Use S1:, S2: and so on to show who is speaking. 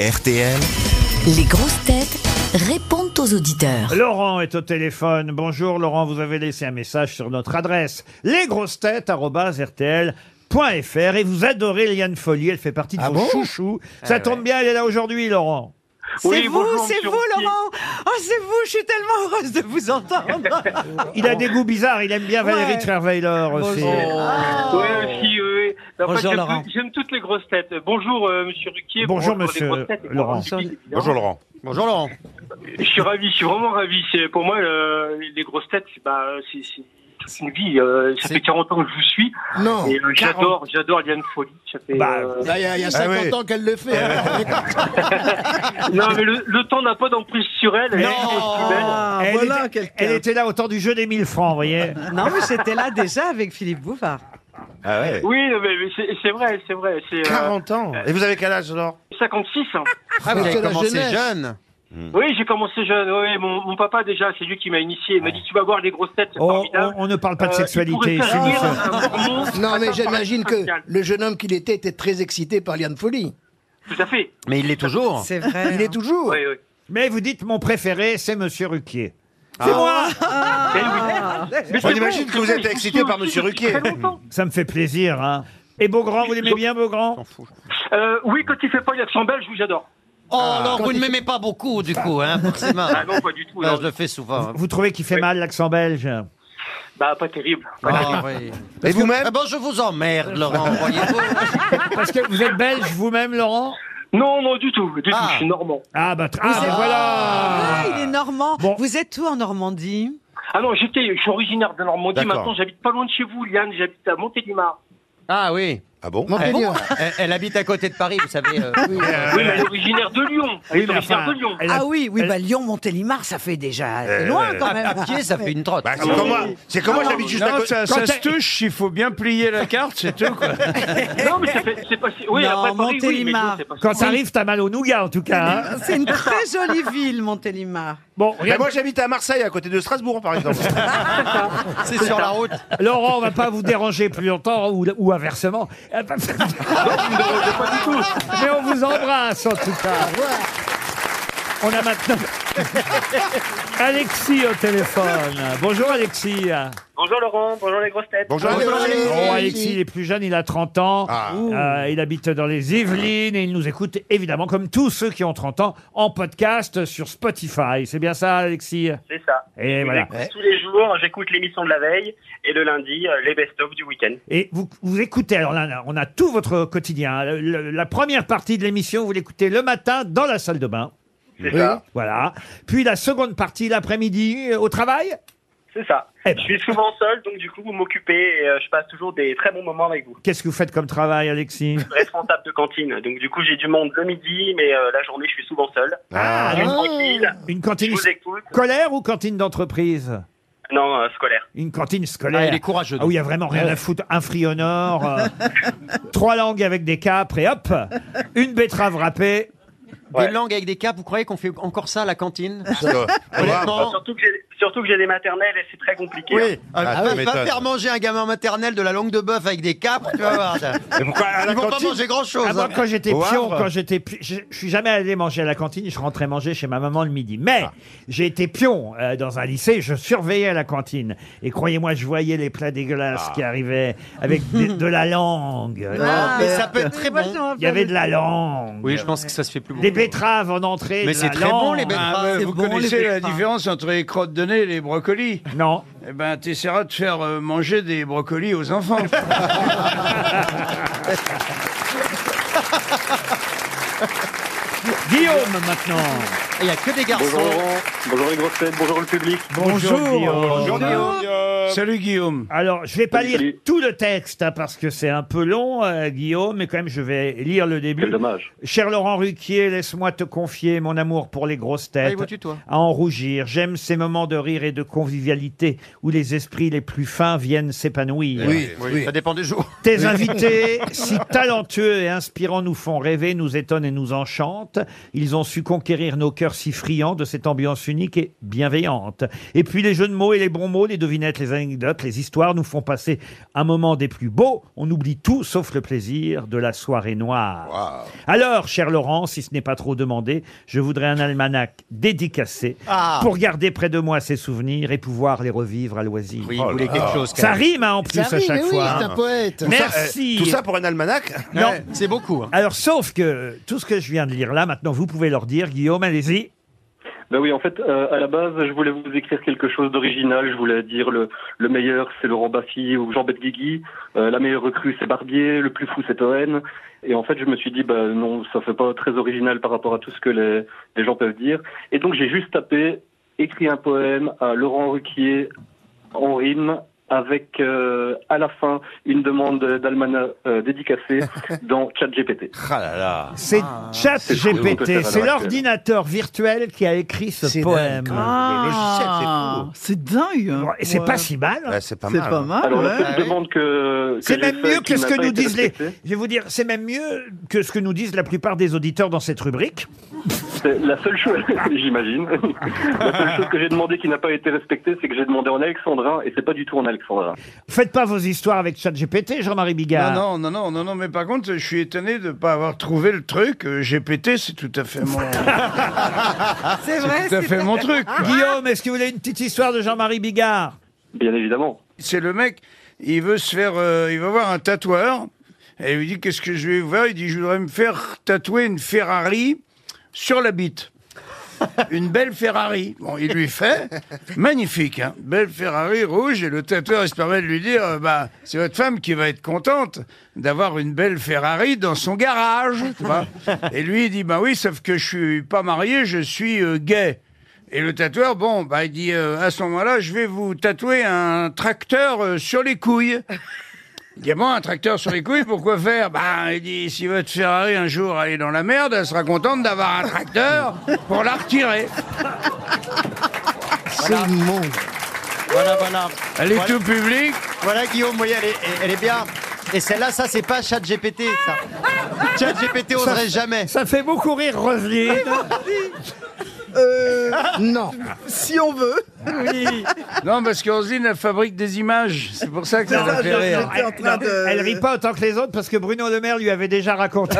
S1: RTL.
S2: Les grosses têtes répondent aux auditeurs.
S3: Laurent est au téléphone. Bonjour Laurent, vous avez laissé un message sur notre adresse lesgrossetêtes.rtl.fr et vous adorez Liane Folly, elle fait partie de
S4: Ah
S3: vos chouchous. Ça tombe bien, elle est là aujourd'hui Laurent.
S4: Oui,
S5: c'est vous,
S4: bonjour,
S5: c'est
S4: monsieur
S5: vous,
S4: Ruquier.
S5: Laurent. Oh, c'est vous, je suis tellement heureuse de vous entendre.
S4: Ah
S3: Il a des goûts bizarres, il aime bien Valérie
S5: Ouais.
S3: Trierweiler aussi. Euh,
S4: Ouais, aussi, oui, oui. Mais en
S5: Bonjour,
S4: fait, j'aime
S5: Laurent.
S4: tout- J'aime toutes les grosses têtes. Bonjour, euh, monsieur Ruquier.
S3: Bonjour,
S4: les
S3: monsieur
S4: grosses têtes et
S3: Laurent.
S4: bonjour, le public, évidemment.
S1: Bonjour Laurent.
S6: Bonjour Laurent.
S4: Je suis ravi, je suis vraiment ravi. C'est- Pour moi, euh, les grosses têtes, c'est- bah, c'est c'est toute une vie. euh, ça
S6: C'est-
S4: fait 40 ans que je vous suis.
S6: Non.
S4: Et euh, j'adore, j'adore Liane Folie. Ça fait,
S3: Oh, Bah,
S4: euh,
S6: Là, il y
S1: Ah
S6: a, il y a 50
S1: oui.
S6: ans qu'elle le fait.
S1: Ah
S6: hein.
S4: Non, mais le, le temps n'a pas d'emprise sur elle. Elle est exceptionnelle.
S5: Ah,
S3: Elle
S5: voilà
S3: était,
S5: quelqu'un.
S3: elle était là au temps du jeu des 1000 francs, vous voyez.
S5: Non, mais j'étais là déjà avec Philippe Bouvard.
S1: Ah ouais.
S4: Oui, non, mais, mais c'est- c'est vrai, c'est vrai. C'est euh,
S1: 40 ans. Et vous avez quel âge alors
S4: 56. hein.
S6: Ah, mais c'est la jeunesse.
S1: jeune.
S3: Hmm.
S4: Oui, j'ai commencé jeune. Oui, mon, mon papa, déjà, c'est lui qui m'a initié. Il m'a dit Tu vas voir les grosses têtes. c'est
S3: Oh,
S4: formidable.
S3: on, on ne parle pas de
S4: Euh,
S3: sexualité ici,
S4: il pourrait faire
S3: monsieur.
S4: rire un Mormon.
S6: Non, mais j'imagine que
S4: Social.
S6: le jeune homme qu'il était était très excité par Liane Folie.
S4: Tout à fait.
S1: Mais il l'est toujours.
S5: C'est vrai.
S6: Il est
S5: hein.
S6: toujours.
S4: Oui, oui.
S3: Mais vous dites mon préféré, c'est monsieur Ruquier. C'est moi
S4: Mais
S1: On
S4: c'est
S1: imagine
S4: vrai,
S1: que vous
S4: c'est
S1: êtes
S4: vrai, je
S1: excité
S4: suis
S1: par monsieur
S4: aussi depuis
S1: Ruquier.
S4: très longtemps.
S3: Ça me fait plaisir, hein. Et Beaugrand, vous l'aimez bien, Beaugrand
S4: Euh, oui, quand il fait pas une action belge, oui, j'adore.
S7: Oh, alors vous ne m'aimez pas beaucoup, du coup, hein, forcément.
S4: Ah non, pas du tout.
S7: Non,
S4: non.
S7: je le fais souvent. hein.
S3: Vous trouvez qu'il fait mal l'accent belge
S4: Bah, pas terrible.
S7: Ah, oui.
S1: Et vous-même
S7: Ah bon, je vous emmerde, Laurent, voyez-vous.
S3: Parce que vous êtes belge vous-même, Laurent
S4: Non, non, du tout. Du tout,
S7: Ah.
S4: je suis normand.
S3: Ah bah tr- ah, bah,
S5: Ah,
S3: voilà
S5: il est normand.
S3: Bon.
S5: Vous êtes où en Normandie
S4: Ah non, j'étais, je suis originaire de Normandie.
S1: D'accord.
S4: Maintenant, j'habite pas loin de chez vous, Liane. J'habite à Montélimar.
S7: Ah oui.
S1: Ah bon
S6: Mon
S7: Elle,
S6: Pélion.
S7: elle- elle habite à côté de Paris, vous savez. euh.
S4: Oui, mais elle est originaire de Lyon.
S3: Ah. Oui,
S4: Elle est
S3: mais
S4: originaire
S3: enfin,
S4: de Lyon.
S3: elle a-
S5: Ah oui, oui,
S3: elle-
S5: bah Lyon, Montélimar, ça fait déjà
S1: Eh,
S5: loin
S1: ouais.
S5: quand même.
S7: Ah, À pied, ça fait une trotte.
S1: Bah, c'est comme moi. C'est comme moi,
S5: Ah,
S1: j'habite juste à
S8: Non,
S1: côté.
S8: ça,
S1: Quand
S8: ça se
S1: elle-
S8: touche, il faut bien plier la carte, c'est tout. Quoi.
S4: Non, mais ça fait, c'est pas si- Oui,
S5: Non,
S4: après Paris, oui, mais
S5: Montélimar.
S4: Lyon, c'est pas si-
S3: Quand ça arrive, t'as mal au nougat, en tout cas. hein.
S5: C'est une très jolie ville, Montélimar.
S3: Bon,
S1: Bah,
S3: rien-
S1: moi j'habite à Marseille, à côté de Strasbourg par exemple.
S7: C'est sur la route.
S3: Laurent, on va pas vous déranger plus longtemps, ou, ou inversement. Mais on vous embrasse, en tout cas. On a maintenant... Alexis au téléphone. Bonjour, Alexis.
S4: Bonjour Laurent, bonjour les grosses têtes.
S1: Bonjour. Bonjour,
S6: Alexis.
S3: Bon, Alexis, il est plus jeune, il a 30 ans.
S1: Ah.
S3: Euh, il habite dans les Yvelines et il nous écoute évidemment, comme tous ceux qui ont 30 ans, en podcast sur Spotify. C'est bien ça, Alexis
S4: C'est ça.
S3: Et voilà.
S4: Tous les jours, j'écoute l'émission de la veille et le lundi, euh, les best-of du week-end.
S3: Et vous, vous écoutez, alors là, on a tout votre quotidien. Le- le- la première partie de l'émission, vous l'écoutez le matin dans la salle de bain.
S4: C'est ça.
S3: Voilà. Puis la seconde partie l'après-midi euh, au travail.
S4: C'est ça.
S3: Eh ben.
S4: Je suis souvent seul, donc du coup, vous m'occupez et euh, je passe toujours des très bons moments avec vous.
S3: Qu'est-ce que vous faites comme travail, Alexis
S4: Responsable de cantine, donc du coup, j'ai du monde le midi, mais euh, la journée, je suis souvent seul.
S1: Ah.
S4: Je suis tranquille,
S3: Une
S4: je
S3: cantine
S4: vous écoute.
S3: scolaire ou cantine d'entreprise
S4: Non, euh, scolaire.
S3: Une cantine
S7: Ah,
S3: scolaire.
S7: il est courageux.
S3: Ah
S7: donc.
S3: oui, il n'y a vraiment rien à foutre. Un fruit au nord, euh, trois langues avec des capres et hop, une betterave râpée.
S4: Ouais.
S7: Des langues avec des capes, vous croyez qu'on fait encore ça à la cantine
S1: Honnêtement.
S7: Honnêtement,
S4: Surtout que j'ai- surtout que j'ai des maternelles et c'est très compliqué. hein.
S7: oui.
S1: Ah,
S7: Ah,
S1: tu
S7: oui, va
S1: m'étonnes.
S7: faire manger un gamin maternel de la langue de bœuf avec des capes, tu vas voir. ça.
S1: Mais pourquoi à la
S7: Ils vont pas
S1: cantine
S7: manger grand-chose.
S3: Ah, moi,
S7: hein.
S3: quand j'étais
S1: Au
S3: pion,
S1: Havre
S3: quand j'étais, pi- je, je suis jamais allé manger à la cantine. Je rentrais manger chez ma maman le midi. Mais
S7: Ah.
S3: j'ai été pion euh, dans un lycée. Je surveillais à la cantine et croyez-moi, je voyais les plats dégueulasses
S7: Ah.
S3: qui arrivaient avec des- de la langue.
S5: Ah,
S7: mais ça peut être très
S5: moi,
S7: bon.
S5: je m'en
S3: Il y avait de la
S5: rappelle.
S3: langue.
S7: Oui, je pense que ça se fait plus beaucoup.
S3: Des betteraves en entrée.
S7: Mais
S3: de
S7: c'est
S3: la
S7: très bon,
S3: langue.
S7: les betteraves.
S8: Ah ouais,
S5: c'est
S8: vous
S5: bon, les
S8: connaissez la
S5: pépins.
S8: différence entre les crottes de nez et les brocolis
S3: Non.
S8: Eh ben, t'essaieras de faire euh, manger des brocolis aux enfants.
S3: Guillaume maintenant.
S7: Il n'y a que des garçons.
S4: Bonjour Laurent, bonjour les grosses têtes, bonjour le public.
S3: Bonjour. Guillaume.
S8: Salut Guillaume.
S3: Alors, je vais pas
S4: Salut,
S3: lire
S4: salut.
S3: tout le texte hein, parce que c'est un peu long, euh, Guillaume, mais quand même, je vais lire le début.
S4: Quel dommage.
S3: Cher Laurent Ruquier, laisse-moi te confier mon amour pour les grosses
S8: Ah,
S7: Allez,
S3: têtes.
S7: vous
S8: hein.
S7: tutoie.
S3: à en rougir. J'aime ces moments de rire et de convivialité où les esprits les plus fins viennent s'épanouir.
S6: Oui, oui.
S7: Ça dépend du jour.
S3: Tes invités, si talentueux et inspirants, nous font rêver, nous étonnent et nous enchantent. Ils ont su conquérir nos cœurs si friands de cette ambiance unique et bienveillante. Et puis les jeux de mots et les bons mots, les devinettes, les anecdotes, les histoires nous font passer un moment des plus beaux. On oublie tout sauf le plaisir de la soirée noire. Alors, cher Laurent, si ce n'est pas trop demandé, je voudrais un almanach dédicacé
S9: Ah.
S3: pour garder près de moi ces souvenirs et pouvoir les revivre à loisir.
S7: Oh
S9: Oui, il voulait quelque chose. quand
S3: Ça
S9: même.
S3: rime hein, en plus
S6: Ça
S3: à
S6: rit,
S3: chaque
S6: mais oui,
S3: fois.
S6: c'est un poète.
S3: Mais-
S1: Tout ça, euh,
S3: Merci.
S1: Tout ça pour un almanach
S3: Non.
S9: Ouais, C'est beaucoup. hein.
S3: Alors, sauf que tout ce que je viens de lire là, maintenant, vous pouvez leur dire, Guillaume, allez-y.
S10: Bah oui, en fait, euh, à la base, je voulais vous écrire quelque chose d'original. Je voulais dire le, le meilleur, c'est Laurent Baffy ou Jean Benguigui. Euh, la meilleure recrue, c'est Barbier. Le plus fou, c'est Owen. Et en fait, je me suis dit, bah non, ça fait pas très original par rapport à tout ce que les, les gens peuvent dire. Et donc, j'ai juste tapé, écrit un poème à Laurent Ruquier en rime avec euh, à la fin une demande d'Almana euh, dédicacée dans ChatGPT.
S1: Ah là là.
S3: C'est
S10: C'est ce qu'on peut faire
S3: ChatGPT,
S10: à
S3: Ah, c'est
S10: l'heure
S3: l'ordinateur virtuel qui a écrit ce
S6: C'est
S3: poème.
S6: dingue.
S5: Ah, c'est dingue.
S3: Bon, Et c'est
S5: Ouais.
S3: pas si mal. hein.
S1: Ouais, c'est pas
S5: C'est
S1: mal.
S5: pas mal.
S10: Alors, la
S5: ouais.
S10: seule demande que, que
S3: C'est
S10: j'ai
S3: même
S10: faite
S3: mieux
S10: qui
S3: que ce
S10: n'a
S3: que
S10: pas
S3: nous
S10: été
S3: disent les.
S10: respectée,
S3: Je vais vous dire, c'est même mieux que ce que nous disent la plupart des auditeurs dans cette rubrique.
S10: C'est la seule chose, j'imagine. la seule chose que j'ai demandé qui n'a pas été respectée, c'est que j'ai demandé en alexandrin et c'est pas du tout en alexandrin.
S3: Faites pas vos histoires avec ChatGPT, Jean-Marie
S7: Ah.
S3: Bigard.
S8: Non, non, non, non, non, non, mais par contre, je suis étonné de ne pas avoir trouvé le truc. Euh, GPT, c'est tout à fait mon,
S5: C'est vrai.
S8: tout à fait mon truc. quoi.
S3: Guillaume, est-ce que vous voulez une petite histoire de Jean-Marie Bigard
S10: Bien évidemment.
S8: C'est le mec, il veut se faire, euh, il va voir un tatoueur. Et il lui dit qu'est-ce que je vais voir Il dit je voudrais me faire tatouer une Ferrari sur la bite. Une belle Ferrari. Bon, il lui fait magnifique, hein, belle Ferrari rouge. Et le tatoueur il se permet de lui dire, euh, bah c'est votre femme qui va être contente d'avoir une belle Ferrari dans son garage. tu vois. et lui il dit bah oui, sauf que je suis pas marié, je suis euh, gay. Et le tatoueur, bon, bah, il dit euh, à ce moment-là, je vais vous tatouer un tracteur euh, sur les couilles. Il dit, bon, un tracteur sur les couilles, pourquoi faire Bah, il dit, si votre Ferrari un jour elle est dans la merde, elle sera contente d'avoir un tracteur pour la retirer.
S6: C'est immonde.
S9: Voilà, voilà.
S8: Elle est
S9: Voilà.
S8: tout public.
S9: Voilà, Guillaume, vous voyez, elle est, elle est bien. Et celle-là, ça, c'est pas chat GPT, ça. Chat GPT oserait jamais.
S3: Ça fait beaucoup rire Roselyne.
S6: Non.
S5: Si on veut.
S3: Oui.
S8: Non, parce qu'Orzine, elle fabrique des images. C'est pour ça que ça m'a fait rire.
S5: J'étais en train
S3: Elle
S5: de-
S3: rit pas autant que les autres parce que Bruno Le Maire lui avait déjà raconté.